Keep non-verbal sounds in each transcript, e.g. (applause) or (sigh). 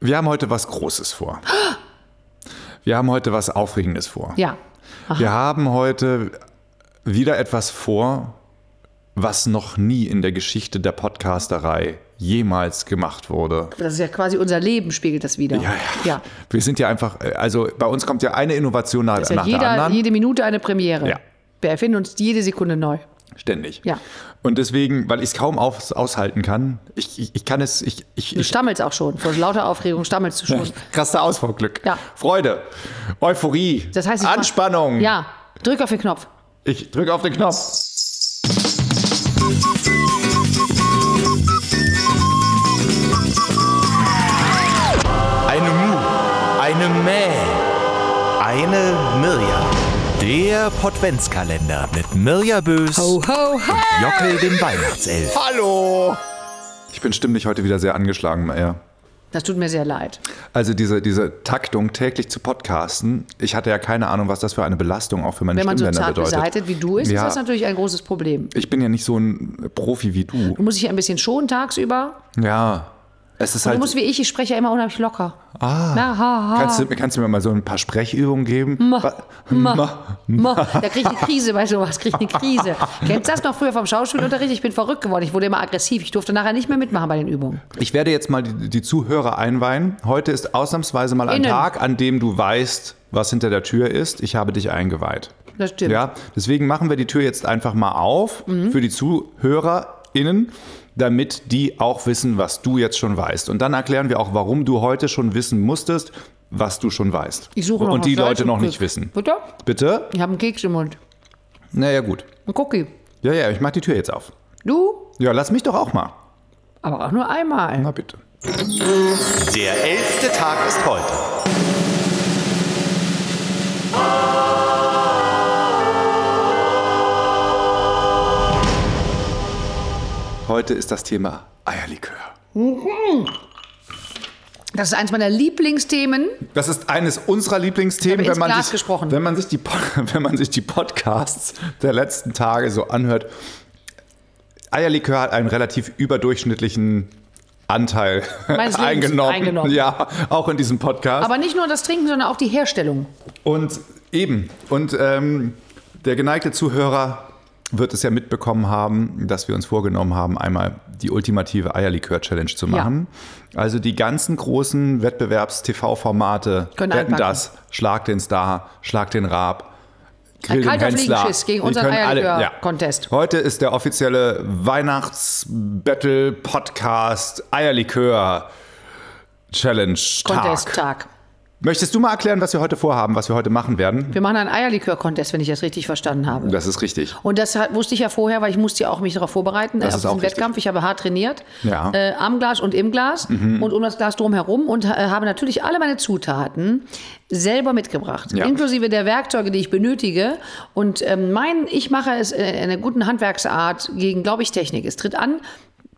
Wir haben heute was Großes vor. Wir haben heute was Aufregendes vor. Ja. Wir haben heute wieder etwas vor, was noch nie in der Geschichte der Podcasterei jemals gemacht wurde. Das ist ja quasi unser Leben, spiegelt das wieder. Ja, ja. Wir sind ja einfach, also bei uns kommt ja eine Innovation nach, Das ist ja nach der jeder, anderen. jede Minute eine Premiere. Ja. Wir erfinden uns jede Sekunde neu. Ständig. Ja. Und deswegen, weil ich es kaum aus, aushalten kann, ich, ich, ich kann es, ich, ich, Du ich stammelst auch schon. Vor lauter Aufregung stammelst du schon. raste aus vor Glück. Ja. Freude, Euphorie, Das heißt, ich mach- Anspannung. Ja, drück auf den Knopf. Ich drücke auf den Knopf. Eine Mu, eine Mäh, eine Mirja. Der Potwenzkalender mit Mirja Bös, ho, ho! Jockel dem Weihnachtself. Hallo. Ich bin stimmlich heute wieder sehr angeschlagen, ja. Das tut mir sehr leid. Also diese, diese Taktung, täglich zu podcasten, ich hatte ja keine Ahnung, was das für eine Belastung auch für meine Wenn man so Stimmbänder zart bedeutet. beseitet wie du ist, ja, ist das natürlich ein großes Problem. ich bin ja nicht so ein Profi wie du. Du musst dich ein bisschen schonen tagsüber. Ja, es ist Du halt... musst wie ich, ich spreche ja immer unheimlich locker. Ah. Na, ha, ha. Kannst du, kannst du mir mal so ein paar Sprechübungen geben? Ma, ma. Mo, Da krieg ich eine Krise bei sowas, krieg ich eine Krise. Kennst du das noch früher vom Schauspielunterricht? Ich bin verrückt geworden, ich wurde immer aggressiv. Ich durfte nachher nicht mehr mitmachen bei den Übungen. Ich werde jetzt mal die, die Zuhörer einweihen. Heute ist ausnahmsweise mal ein Innen. Tag, an dem du weißt, was hinter der Tür ist. Ich habe dich eingeweiht. Das stimmt. Mhm. Ja, deswegen machen wir die Tür jetzt einfach mal auf für die ZuhörerInnen, damit die auch wissen, was du jetzt schon weißt. Und dann erklären wir auch, warum du heute schon wissen musstest, was du schon weißt. Ich suche noch Und nach die Salz Leute und noch Glück. nicht wissen. Bitte? Bitte? Ich habe einen Keks im Mund. Naja, gut. Ein Cookie. Ja, ja, ich mache die Tür jetzt auf. Du? Ja, lass mich doch auch mal. Aber auch nur einmal. Na bitte. Der elfte Tag ist heute. Heute ist das Thema Eierlikör. Das ist eins meiner Lieblingsthemen. Das ist eines unserer Lieblingsthemen, Ich habe wenn ins man, Glas sich, gesprochen. wenn, man sich die, Pod- (laughs) wenn man sich die Podcasts der letzten Tage so anhört. Eierlikör hat einen relativ überdurchschnittlichen Anteil Meines Lebens (laughs) eingenommen. eingenommen. Ja, auch in diesem Podcast. Aber nicht nur das Trinken, sondern auch die Herstellung. Und eben, und ähm, der geneigte Zuhörer wird es ja mitbekommen haben, dass wir uns vorgenommen haben, einmal die ultimative Eierlikör-Challenge zu machen. Also die ganzen großen Wettbewerbs-TV-Formate, Können Wetten einpacken. das, Schlag den Star, Schlag den Raab, Grill den kalter Hensler. Fliegenschiss gegen die unseren können alle- Eierlikör-Contest. Heute ist der offizielle Weihnachts-Battle-Podcast Eierlikör-Challenge-Tag. Contest-Tag. Möchtest du mal erklären, was wir heute vorhaben, was wir heute machen werden? Wir machen einen Eierlikör-Contest, wenn ich das richtig verstanden habe. Das ist richtig. Und das hat, wusste ich ja vorher, weil ich musste ja auch mich darauf vorbereiten. Das ist äh, auf auch diesen richtig. Wettkampf. Ich habe hart trainiert. Ja. Mhm. Äh, am Glas und im Glas und um das Glas drumherum und äh, habe natürlich alle meine Zutaten selber mitgebracht. Ja. Inklusive der Werkzeuge, die ich benötige. Und ähm, mein, ich mache es äh, in einer guten Handwerksart gegen, glaube ich, Technik. Es tritt an.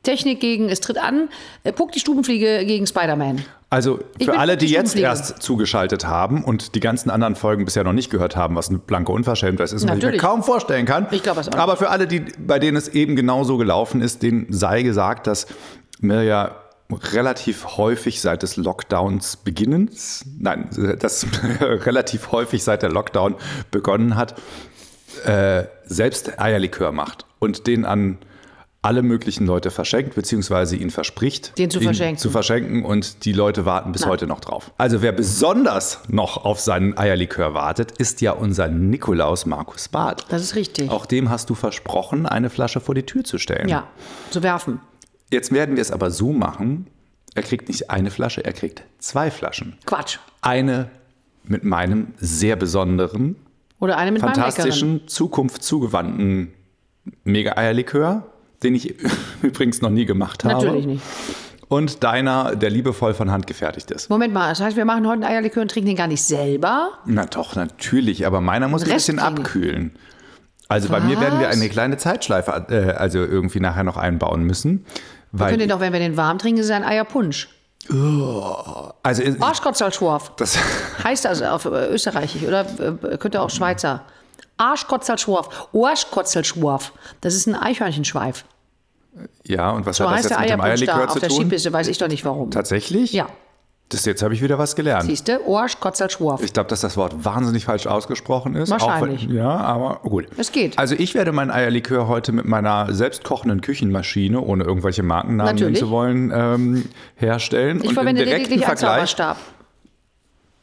Technik gegen, es tritt an, äh, Puck die Stubenfliege gegen Spider-Man. Also Ich für bin alle, die bestimmt jetzt Flieger. erst zugeschaltet haben und die ganzen anderen Folgen bisher noch nicht gehört haben, was eine blanke Unverschämtheit ist, was ich mir Natürlich. kaum vorstellen kann. Ich glaub, das auch. Aber für alle, die, bei denen es eben genau so gelaufen ist, denen sei gesagt, dass Mirja relativ häufig seit des Lockdowns beginnens, nein, dass (laughs) relativ häufig seit der Lockdown begonnen hat, äh, selbst Eierlikör macht und den an alle möglichen Leute verschenkt, beziehungsweise ihn verspricht, Den zu ihn verschenken. zu verschenken und die Leute warten bis heute noch drauf. Also wer besonders noch auf seinen Eierlikör wartet, ist ja unser Nikolaus Markus Barth. Das ist richtig. Auch dem hast du versprochen, eine Flasche vor die Tür zu stellen. Ja, zu werfen. Jetzt werden wir es aber so machen, er kriegt nicht eine Flasche, er kriegt zwei Flaschen. Quatsch. Eine mit meinem sehr besonderen Oder eine mit meinem Leckeren. fantastischen, zukunftszugewandten Mega-Eierlikör, den ich (laughs) übrigens noch nie gemacht habe. Natürlich nicht. Und deiner, der liebevoll von Hand gefertigt ist. Moment mal, das heißt, wir machen heute einen Eierlikör und trinken den gar nicht selber. Na doch, natürlich, aber meiner muss ein Rest bisschen kriegen. abkühlen. Also bei mir werden wir Was? eine kleine Zeitschleife äh, also irgendwie nachher noch einbauen müssen. Könnt Weil, ihr doch, wenn wir den warm trinken, ist es ein Eierpunsch. also äh, Oh. Arschkotzalschworf. das, (laughs) Heißt das auf äh, Österreichisch oder äh, könnte auch Schweizer. Arschkotzalschworf. Arschkotzalschworf. Das ist ein Eichhörnchenschweif. ja, und was So hat das heißt jetzt der mit dem Eierpunsch da Eierlikör auf zu der tun? Skipiste, weiß ich doch nicht warum. Tatsächlich? Ja. Das, jetzt habe ich wieder was gelernt. Siehst du? Orsch, Kotzel, Schworf. Ich glaube, dass das Wort wahnsinnig falsch ausgesprochen ist. Wahrscheinlich. Auch, wenn- ja, aber gut. Es geht. Also ich werde mein Eierlikör heute mit meiner selbstkochenden Küchenmaschine, ohne irgendwelche Markennamen nennen Natürlich. zu wollen, ähm, herstellen. Ich verwende im direkten, lediglich einen Vergleich, Zauberstab.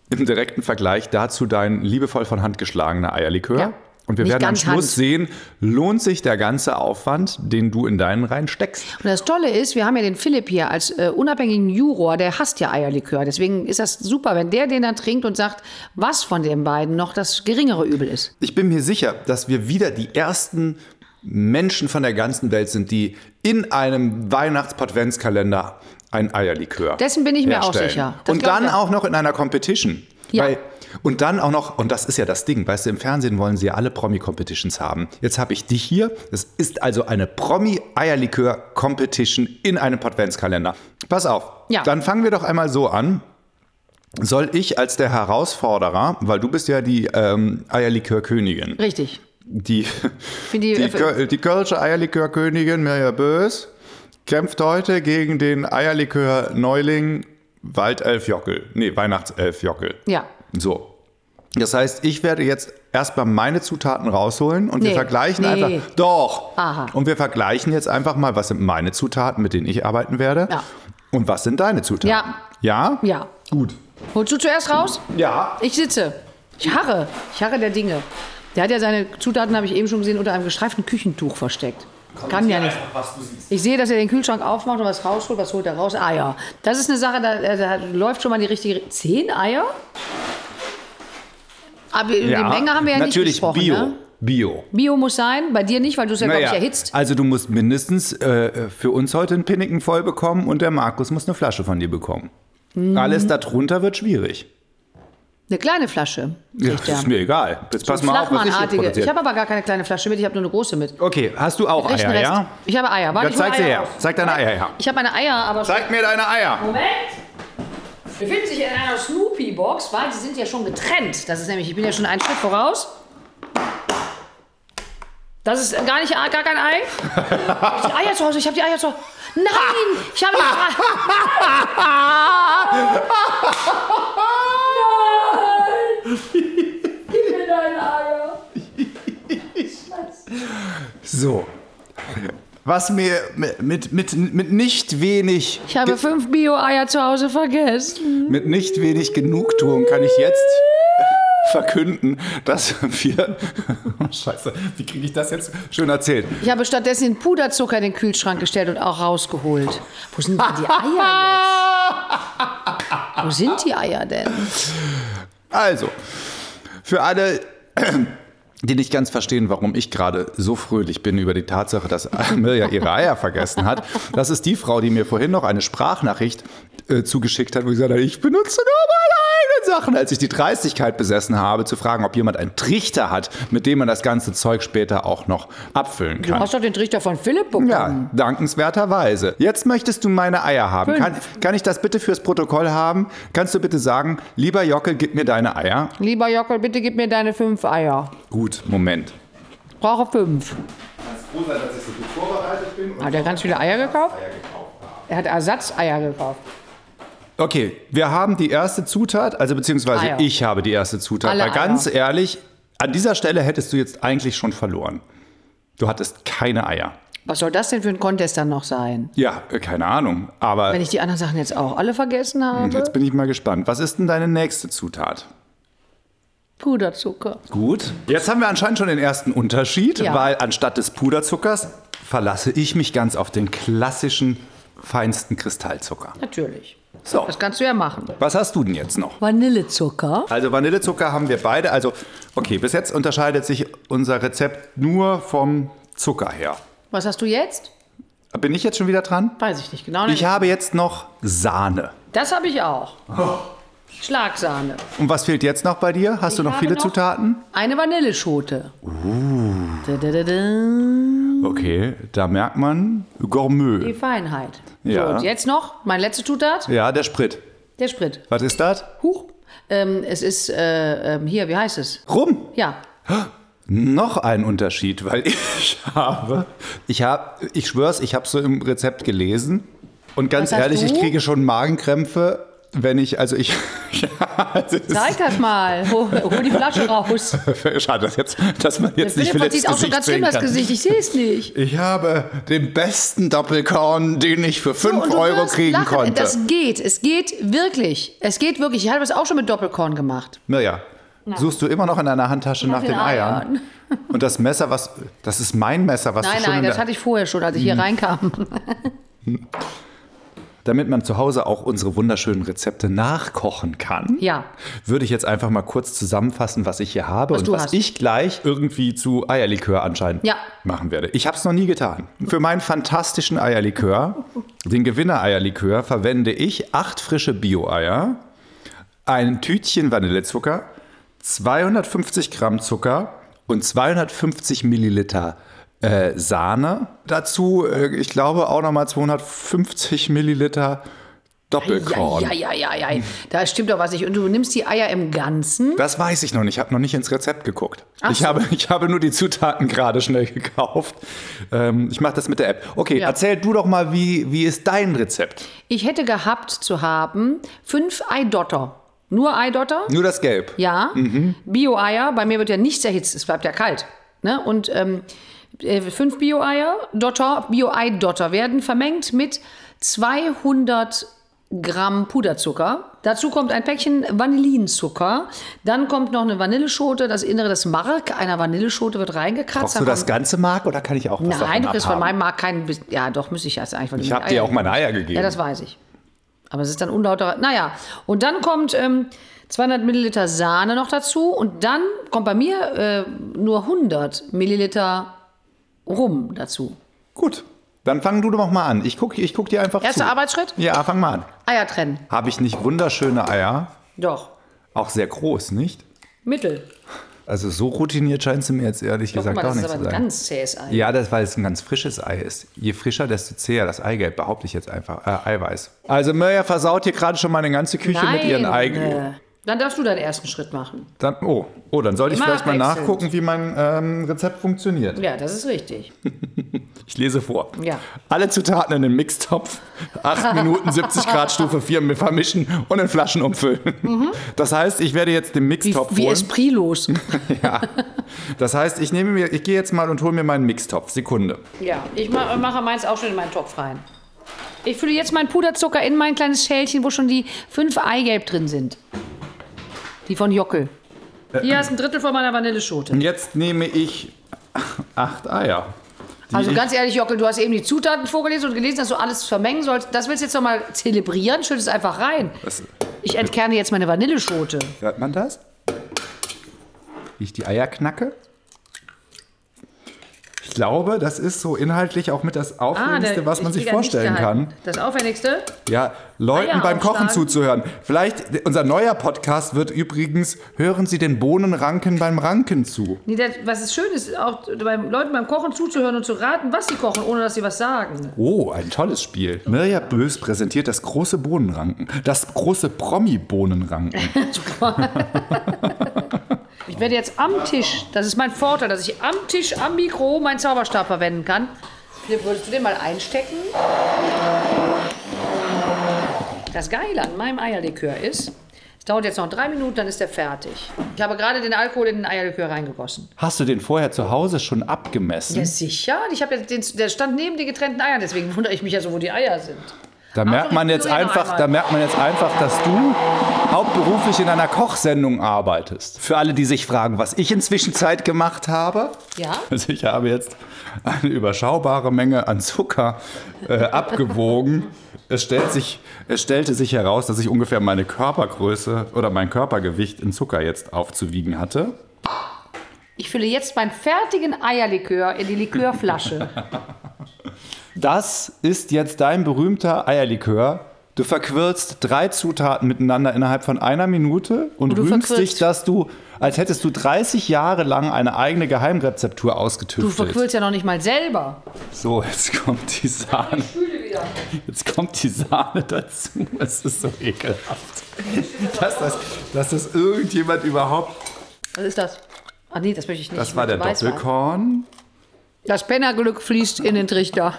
im direkten Vergleich dazu dein liebevoll von Hand geschlagener Eierlikör. Ja. Und wir Nicht werden am ganz Schluss Hand. sehen, lohnt sich der ganze Aufwand, den du in deinen reinsteckst. Und das Tolle ist, wir haben ja den Philipp hier als äh, unabhängigen Juror, der hasst ja Eierlikör. Deswegen ist das super, wenn der den dann trinkt und sagt, was von den beiden noch das geringere Übel ist. Ich bin mir sicher, dass wir wieder die ersten Menschen von der ganzen Welt sind, die in einem Weihnachtspodventskalender ein Eierlikör. Dessen bin ich mir auch herstellen. sicher. Das und glaub ich dann ja. auch noch in einer Competition. Ja. Weil, und dann auch noch, und das ist ja das Ding, weißt du, im Fernsehen wollen sie ja alle Promi-Competitions haben. Jetzt habe ich dich hier. Es ist also eine Promi-Eierlikör-Competition in einem Podventskalender. Pass auf. Ja. Dann fangen wir doch einmal so an. Soll ich als der Herausforderer, weil du bist ja die ähm, Eierlikör-Königin, Richtig. die, Bin die- die, Kö- die Kölsche Eierlikörkönigin Mirja Bös kämpft heute gegen den Eierlikör-Neuling Waldelfjockel. Nee, Weihnachtselfjockel. Ja. So. Das heißt, ich werde jetzt erstmal meine Zutaten rausholen und wir Nee, vergleichen nee. einfach. Doch! Aha. Und wir vergleichen jetzt einfach mal, was sind meine Zutaten, mit denen ich arbeiten werde. Ja. Und was sind deine Zutaten? Ja. Ja? Ja. Gut. Holst du zuerst raus? Ja. Ich sitze. Ich harre. Ich harre der Dinge. Der hat ja seine Zutaten, habe ich eben schon gesehen, unter einem gestreiften Küchentuch versteckt. Kann ja nicht. Ich sehe, dass er den Kühlschrank aufmacht und was rausholt. Was holt er raus? Eier. Das ist eine Sache, da, da da läuft schon mal die richtige. Zehn Eier? Aber über die Menge haben wir ja Natürlich nicht gesprochen. Bio. Ne? Bio. Bio muss sein, bei dir nicht, weil du es ja, glaube ich, Naja, erhitzt. Also du musst mindestens äh, für uns heute einen Pinnicken voll bekommen und der Markus muss eine Flasche von dir bekommen. Mhm. Alles darunter wird schwierig. Eine kleine Flasche. Ja, kriegt das er. ist mir egal. Jetzt pass mal auf, was ich hier Flachmannartige. Ich, produziere. habe aber gar keine kleine Flasche mit, ich habe nur eine große mit. okay, hast du auch Rechten Eier, Rest. Ah, ja? Ich habe Eier. Warte, Dann ich hole zeig sie Eier her. raus. Zeig deine Eier her. Ich habe meine Eier, aber Zeig mir deine Eier. Moment! Wir befinden sich in einer Snoopy-Box, weil sie sind ja schon getrennt. Das ist nämlich, ich bin ja schon einen Schritt voraus. Das ist gar nicht gar kein Ei. Ich hab die Eier zu Hause, ich habe die Eier zu Hause. Nein! Ich habe die Nein! Gib mir deine Eier! So. Was mir mit, mit, mit nicht wenig Ich habe fünf Bio-Eier zu Hause vergessen. Mit nicht wenig Genugtuung kann ich jetzt verkünden, dass wir. (laughs) Scheiße, wie kriege ich das jetzt schön erzählt? Ich habe stattdessen den Puderzucker in den Kühlschrank gestellt und auch rausgeholt. Wo sind denn die Eier jetzt? Wo sind die Eier denn? Also, für alle, die nicht ganz verstehen, warum ich gerade so fröhlich bin über die Tatsache, dass Mirja ihre Eier vergessen hat, das ist die Frau, die mir vorhin noch eine Sprachnachricht äh, zugeschickt hat, wo ich gesagt habe, ich benutze nur meine eigenen Sachen, als ich die Dreistigkeit besessen habe, zu fragen, ob jemand einen Trichter hat, mit dem man das ganze Zeug später auch noch abfüllen Du kann. hast doch den Trichter von Philipp bekommen. Ja, dankenswerterweise. Jetzt möchtest du meine Eier haben. Kann, kann ich das bitte fürs Protokoll haben? Kannst du bitte sagen, lieber Jockel, gib mir deine Eier? Lieber Jockel, bitte gib mir deine fünf Eier. Gut, Moment. Ich brauche fünf. Hat er ganz viele Eier gekauft? Er hat Ersatzeier gekauft. Okay, wir haben die erste Zutat, also beziehungsweise Eier. ich habe die erste Zutat. Ah, Alle weil ganz Eier. ehrlich, an dieser Stelle hättest du jetzt eigentlich schon verloren. Du hattest keine Eier. Was soll das denn für ein Contest dann noch sein? Ja, äh, keine Ahnung, aber Wenn ich die anderen Sachen jetzt auch alle vergessen habe? Mhm. jetzt bin ich mal gespannt. Was ist denn deine nächste Zutat? Puderzucker. Gut. Jetzt haben wir anscheinend schon den ersten Unterschied, Ja. weil anstatt des Puderzuckers verlasse ich mich ganz auf den klassischen feinsten Kristallzucker. Natürlich. So, Das kannst du ja machen. was hast du denn jetzt noch? Vanillezucker. Also Vanillezucker haben wir beide. Also, okay, bis jetzt unterscheidet sich unser Rezept nur vom Zucker her. Was hast du jetzt? Bin ich jetzt schon wieder dran? Weiß ich nicht genau. Ich habe jetzt noch Sahne. Das habe ich auch. Schlagsahne. Und was fehlt jetzt noch bei dir? Hast du Ich noch habe viele noch- Zutaten? Eine Vanilleschote. Uh. Da, da, da, da. Okay, da merkt man Die Gourmet. Feinheit. Ja. So, und jetzt noch mein letzte Zutat, Ja, der Sprit. der Sprit. Was ist das? Huch. Ähm, es ist äh, ähm, hier, wie heißt es? Rum. Ja. Noch ein Unterschied, weil (laughs) ich habe, ich habe, ich schwör's, ich habe so im Rezept gelesen und ganz Was hast ehrlich, ich du? kriege schon Magenkrämpfe wenn ich, also ich. (laughs) also es Zeig das (laughs) mal. Hol, hol die Flasche raus. ist, (laughs) schade, dass, jetzt, dass man jetzt nicht Philipp Philipps sieht auch schon Gesicht ganz sehen schlimm das kann. Gesicht. Ich (laughs) sehe es nicht. Ich habe den besten Doppelkorn, den ich für 5 Und du Euro wirst kriegen lachen. konnte. Das geht. Es geht wirklich. Es geht wirklich. Ich habe das auch schon mit Doppelkorn gemacht. Mirja, suchst du immer noch in deiner Handtasche nach, den, den Eiern? Eiern. Und das Messer, was. Das ist mein Messer, was Nein, du schon Mhm. nein, in das der, hatte ich vorher schon, als ich hier reinkam. Damit man zu Hause auch unsere wunderschönen Rezepte nachkochen kann, Ja. würde ich jetzt einfach mal kurz zusammenfassen, was ich hier habe und du was hast. ich gleich irgendwie zu Eierlikör anscheinend Ja. machen werde. Ich habe es noch nie getan. Für meinen fantastischen Eierlikör, den Gewinner-Eierlikör, verwende ich acht frische Bio-Eier, ein Tütchen Vanillezucker, 250 Gramm Zucker und 250 Milliliter äh, Sahne. Dazu, äh, ich glaube, auch nochmal 250 Milliliter Doppelkorn. Ja, ja, ja, ja. Da stimmt doch was nicht. Und du nimmst die Eier im Ganzen. Das weiß ich noch nicht. Ich habe noch nicht ins Rezept geguckt. Ach ich, so. habe, ich habe nur die Zutaten gerade schnell gekauft. Ähm, ich mache das mit der App. Okay, Ja. erzähl du doch mal, wie, wie ist dein Rezept? Ich hätte gehabt zu haben fünf Eidotter. Nur Eidotter? Nur das Gelb. Ja. Mhm. Bio-Eier. Bei mir wird ja nichts erhitzt. Es bleibt ja kalt. Ne? Und ähm, äh, fünf Bio-Eier, Dotter, Bio-Eidotter werden vermengt mit 200 Gramm Puderzucker. Dazu kommt ein Päckchen Vanillinzucker. Dann kommt noch eine Vanilleschote. Das Innere des Mark einer Vanilleschote wird reingekratzt. Brauchst Dann du das kommt- ganze Mark oder kann ich auch was Nein, davon du kriegst von abhaben? meinem Markt keinen. Bis- Ja, doch, müsste ich das eigentlich. weil du Ich mir habe die dir auch meine Eier gegeben. Ja, das weiß ich. Aber es ist dann unlauterer. Naja, und dann kommt ähm, 200 Milliliter Sahne noch dazu und dann kommt bei mir äh, nur 100 Milliliter Rum dazu. Gut, dann fang du doch mal an. Ich gucke ich guck dir einfach Erster zu. Arbeitsschritt: Ja, fang mal an. Eier trennen. Habe ich nicht wunderschöne Eier? Doch. Auch sehr groß, nicht? Mittel. Also so routiniert scheint es mir jetzt ehrlich Guck gesagt mal, auch das nicht ist aber zu ein sein. ganz zähes Ei. Ja, das, weil es ein ganz frisches Ei ist. Je frischer, desto zäher das Eigelb, behaupte ich jetzt einfach. Äh, Eiweiß. Also Mirja versaut hier gerade schon meine ganze Küche mit ihren Eigelb. äh, Dann darfst du deinen ersten Schritt machen. Dann, oh, oh, dann sollte ich Immer vielleicht mal abwechselnd. nachgucken, wie mein ähm, Rezept funktioniert. Ja, das ist richtig. Ich lese vor. Ja. Alle Zutaten in den Mixtopf, (laughs) 8 Minuten 70 Grad Stufe 4 vermischen und in Flaschen umfüllen. Das heißt, ich werde jetzt den Mhm. Wie, Mixtopf wie holen. espritlos. Ja. Das heißt, ich nehme mir, ich gehe jetzt mal und hole mir meinen Mixtopf. Sekunde. Ja, ich ma- äh, mache meins auch schon in meinen Topf rein. Ich fülle jetzt meinen Puderzucker in mein kleines Schälchen, wo schon die fünf Eigelb drin sind. Die von Jockel. Äh, Hier hast ein Drittel von meiner Vanilleschote. Und jetzt nehme ich acht Eier. die Also ich- ganz ehrlich, Jockel, du hast eben die Zutaten vorgelesen und gelesen, dass du alles vermengen sollst. Das willst du jetzt nochmal zelebrieren? Schütt es einfach rein. Das- Ich entkerne jetzt meine Vanilleschote. Hört man das? Wie ich die Eier knacke? Ich glaube, das ist so inhaltlich auch mit das Aufregendste, Ah, der- was man ich sich krieg ein vorstellen Licht gehalten. kann. Das Aufwendigste? Ja, Leuten Eier beim Kochen aufschlagen. zuzuhören. Vielleicht, unser neuer Podcast wird übrigens, hören Sie den Bohnenranken beim Ranken zu. Nee, das, was ist schön ist, auch beim Leuten beim Kochen zuzuhören und zu raten, was sie kochen, ohne dass sie was sagen. Oh, ein tolles Spiel. Mirja Bös präsentiert das große Bohnenranken. Das große Promi-Bohnenranken. (laughs) Ich werde jetzt am Tisch, das ist mein Vorteil, dass ich am Tisch, am Mikro meinen Zauberstab verwenden kann. Philipp, würdest du den mal einstecken? Das Geile an meinem Eierlikör ist, es dauert jetzt noch drei Minuten, dann ist er fertig. Ich habe gerade den Alkohol in den Eierlikör reingegossen. Hast du den vorher zu Hause schon abgemessen? Ja, sicher. Ich habe jetzt den, der stand neben den getrennten Eiern, deswegen wundere ich mich ja so, wo die Eier sind. Da merkt Achtung, man ich jetzt ignoriere noch einfach, einmal. da merkt man jetzt einfach, dass du hauptberuflich in einer Kochsendung arbeitest. Für alle, die sich fragen, was ich inzwischen Zeit gemacht habe. Ja? Also ich habe jetzt eine überschaubare Menge an Zucker äh, abgewogen. Es, stellt sich, es stellte sich heraus, dass ich ungefähr meine Körpergröße oder mein Körpergewicht in Zucker jetzt aufzuwiegen hatte. Ich fülle jetzt meinen fertigen Eierlikör in die Likörflasche. Das ist jetzt dein berühmter Eierlikör. Du verquirlst drei Zutaten miteinander innerhalb von einer Minute und Du rühmst verquirlst- dich, dass du, als hättest du 30 Jahre lang eine eigene Geheimrezeptur Du ausgetüftelt. verquillst ja noch nicht mal selber. so, jetzt kommt die Sahne. Jetzt kommt die Sahne dazu. Es ist so ekelhaft. Dass das, dass das irgendjemand überhaupt. Was ist das? Ach nee, das möchte ich nicht. Das Ich war der möchte Weißwein. Doppelkorn. Das Pennerglück fließt in den Trichter.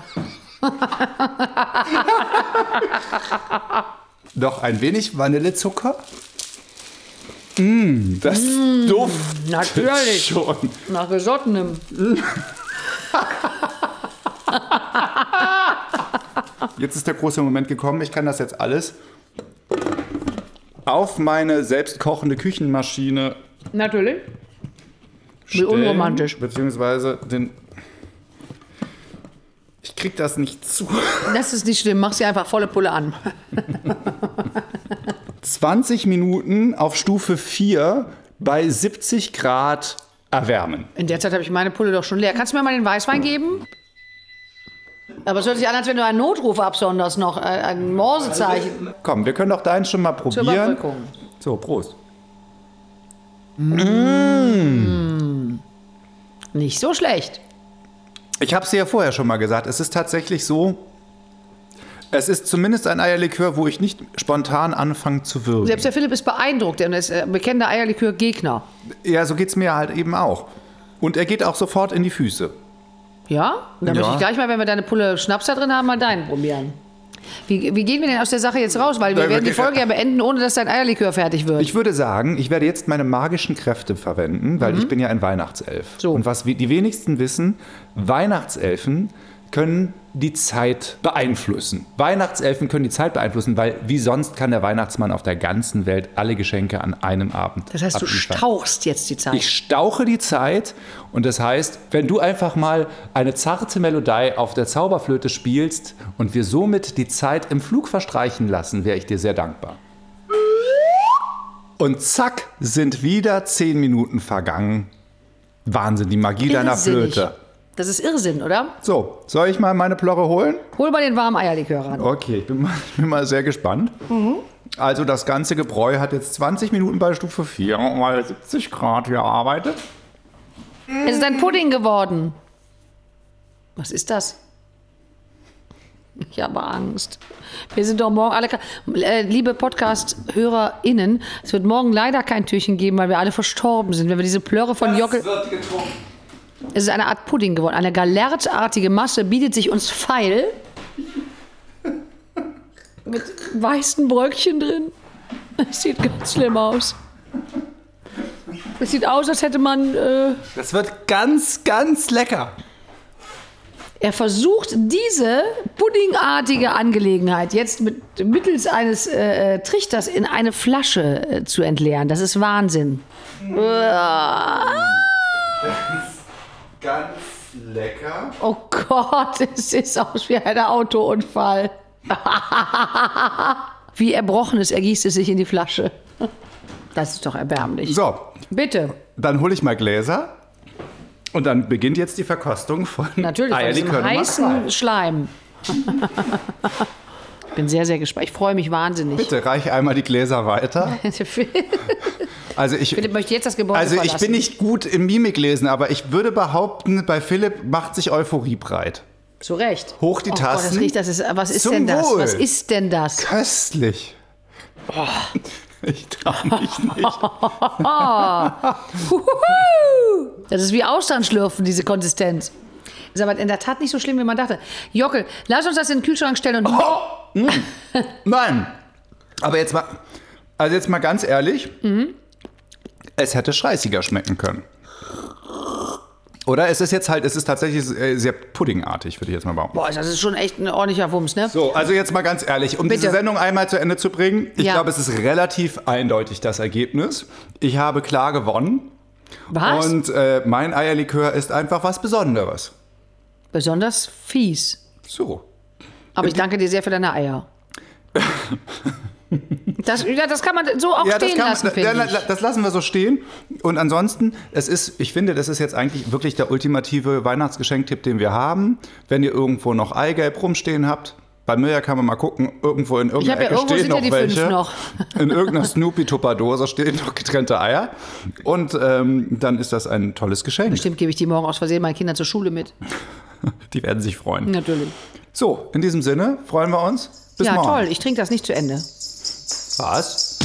noch ein wenig Vanillezucker. Mm, das duftet natürlich. schon. Nach Risottenem. Jetzt ist der große Moment gekommen. Ich kann das jetzt alles auf meine selbstkochende Küchenmaschine Natürlich. Wie stellen, unromantisch. Beziehungsweise den. Ich krieg das nicht zu. Das ist nicht schlimm. Mach sie einfach volle Pulle an. 20 Minuten auf Stufe 4 bei 70 Grad erwärmen. In der Zeit habe ich meine Pulle doch schon leer. Kannst du mir mal den Weißwein geben? Aber es hört sich an, als wenn du einen Notruf absonderst noch. äh, Ein Morsezeichen. Komm, wir können doch deinen schon mal Zur probieren. Überbrückung. So, Prost. Nicht so schlecht. Ich habe es dir ja vorher schon mal gesagt. Es ist tatsächlich so. Es ist zumindest ein Eierlikör, wo ich nicht spontan anfange zu würgen. Selbst der Philipp ist beeindruckt. Er ist äh, bekennender Eierlikör-Gegner. Ja, so geht's mir halt eben auch. Und er geht auch sofort in die Füße. Ja? Und dann Ja. möchte ich gleich mal, wenn wir deine Pulle Schnaps da drin haben, mal deinen probieren. Wie, wie gehen wir denn aus der Sache jetzt raus? Weil wir Nein, werden die wir- Folge ja beenden, ohne dass dein Eierlikör fertig wird. Ich würde sagen, ich werde jetzt meine magischen Kräfte verwenden, weil ich bin ja ein Weihnachtself. Mhm. So. Und was we- die wenigsten wissen, Weihnachtselfen können die Zeit beeinflussen. Weihnachtselfen können die Zeit beeinflussen, weil wie sonst kann der Weihnachtsmann auf der ganzen Welt alle Geschenke an einem Abend das heißt, du abliefern. stauchst jetzt die Zeit. Ich stauche die Zeit und das heißt, wenn du einfach mal eine zarte Melodie auf der Zauberflöte spielst und wir somit die Zeit im Flug verstreichen lassen, wäre ich dir sehr dankbar. Und zack, sind wieder zehn Minuten vergangen. Wahnsinn, die Magie deiner Irrsinnig. Flöte. Das ist Irrsinn, oder? So, soll ich mal meine Plorre holen? Hol mal den warmen Eierlikör ran. Okay, ich bin mal, (laughs) ich bin mal sehr gespannt. Also das ganze Gebräu hat jetzt 20 Minuten bei Stufe 4 mal 70 Grad gearbeitet. Es ist ein Pudding geworden. Was ist das? Ich habe Angst. Wir sind doch morgen alle. krank. Äh, liebe Podcast-HörerInnen, es wird morgen leider kein Türchen geben, weil wir alle verstorben sind. Wenn wir diese Plörre von Jockel. Es ist eine Art Pudding geworden. Eine galertartige Masse bietet sich uns feil. Mit weißen Bröckchen drin. Es sieht ganz schlimm aus. Es sieht aus, als hätte man. Äh, Das wird ganz, ganz lecker. Er versucht diese puddingartige Angelegenheit jetzt mit, mittels eines äh, äh, Trichters in eine Flasche äh, zu entleeren. Das ist Wahnsinn. Ganz lecker. Oh Gott, (laughs) es ist aus wie ein Autounfall. (laughs) wie erbrochen ist, ergießt es sich in die Flasche. (laughs) Das ist doch erbärmlich. So, Bitte. dann hole ich mal Gläser. Und dann beginnt jetzt die Verkostung von Natürlich, von Eierlikör diesem Nummer zwei. heißen Schleim. (laughs) ich bin sehr, sehr gespannt. Ich freue mich wahnsinnig. (laughs) Bitte reich einmal die Gläser weiter. Also ich, Philipp möchte jetzt das Gebäude also ich verlassen. bin nicht gut im Mimiklesen, aber ich würde behaupten, bei Philipp macht sich Euphorie breit. Zu Recht. Hoch die oh Gott, das Tassen. riecht, das ist, was ist Zum denn das? Wohl. Was ist denn das? Köstlich. Ich traue mich nicht. Huhuhu. Das ist wie Austernschlürfen, diese Konsistenz. Ist aber in der Tat nicht so schlimm, wie man dachte. Jockel, lass uns das in den Kühlschrank stellen und Oh, mm, nein. Aber jetzt mal, also jetzt mal ganz ehrlich, es hätte schreißiger schmecken können. Oder es ist jetzt halt, es ist tatsächlich äh, sehr puddingartig, würde ich jetzt mal behaupten. Boah, das ist schon echt ein ordentlicher Wumms, ne? So, also jetzt mal ganz ehrlich, um diese Bitte. Sendung einmal zu Ende zu bringen, ich Ja. glaube, es ist relativ eindeutig das Ergebnis. Ich habe klar gewonnen Was? und äh, mein Eierlikör ist einfach was Besonderes. Besonders fies. So. Aber ich danke dir sehr für deine (laughs) Eier. Das, ja, das kann man so auch stehen kann- lassen, ja, finde la- ich. la- das lassen wir so stehen. Und ansonsten, es ist, ich finde, das ist jetzt eigentlich wirklich der ultimative Weihnachtsgeschenktipp, den wir haben. Wenn ihr irgendwo noch Eigelb rumstehen habt, bei Müller kann man mal gucken, irgendwo in Ich irgendeiner hab ja- Ecke irgendwo stehen sind ja noch die fünf welche. noch. (laughs) In irgendeiner Snoopy-Tupperdose stehen noch getrennte Eier. Und ähm, dann ist das ein tolles Geschenk. Stimmt, gebe ich die morgen aus Versehen meinen Kindern zur Schule mit. Die werden sich freuen. Natürlich. So, in diesem Sinne freuen wir uns. Bis ja, morgen. toll. Ich trinke das nicht zu Ende. Was?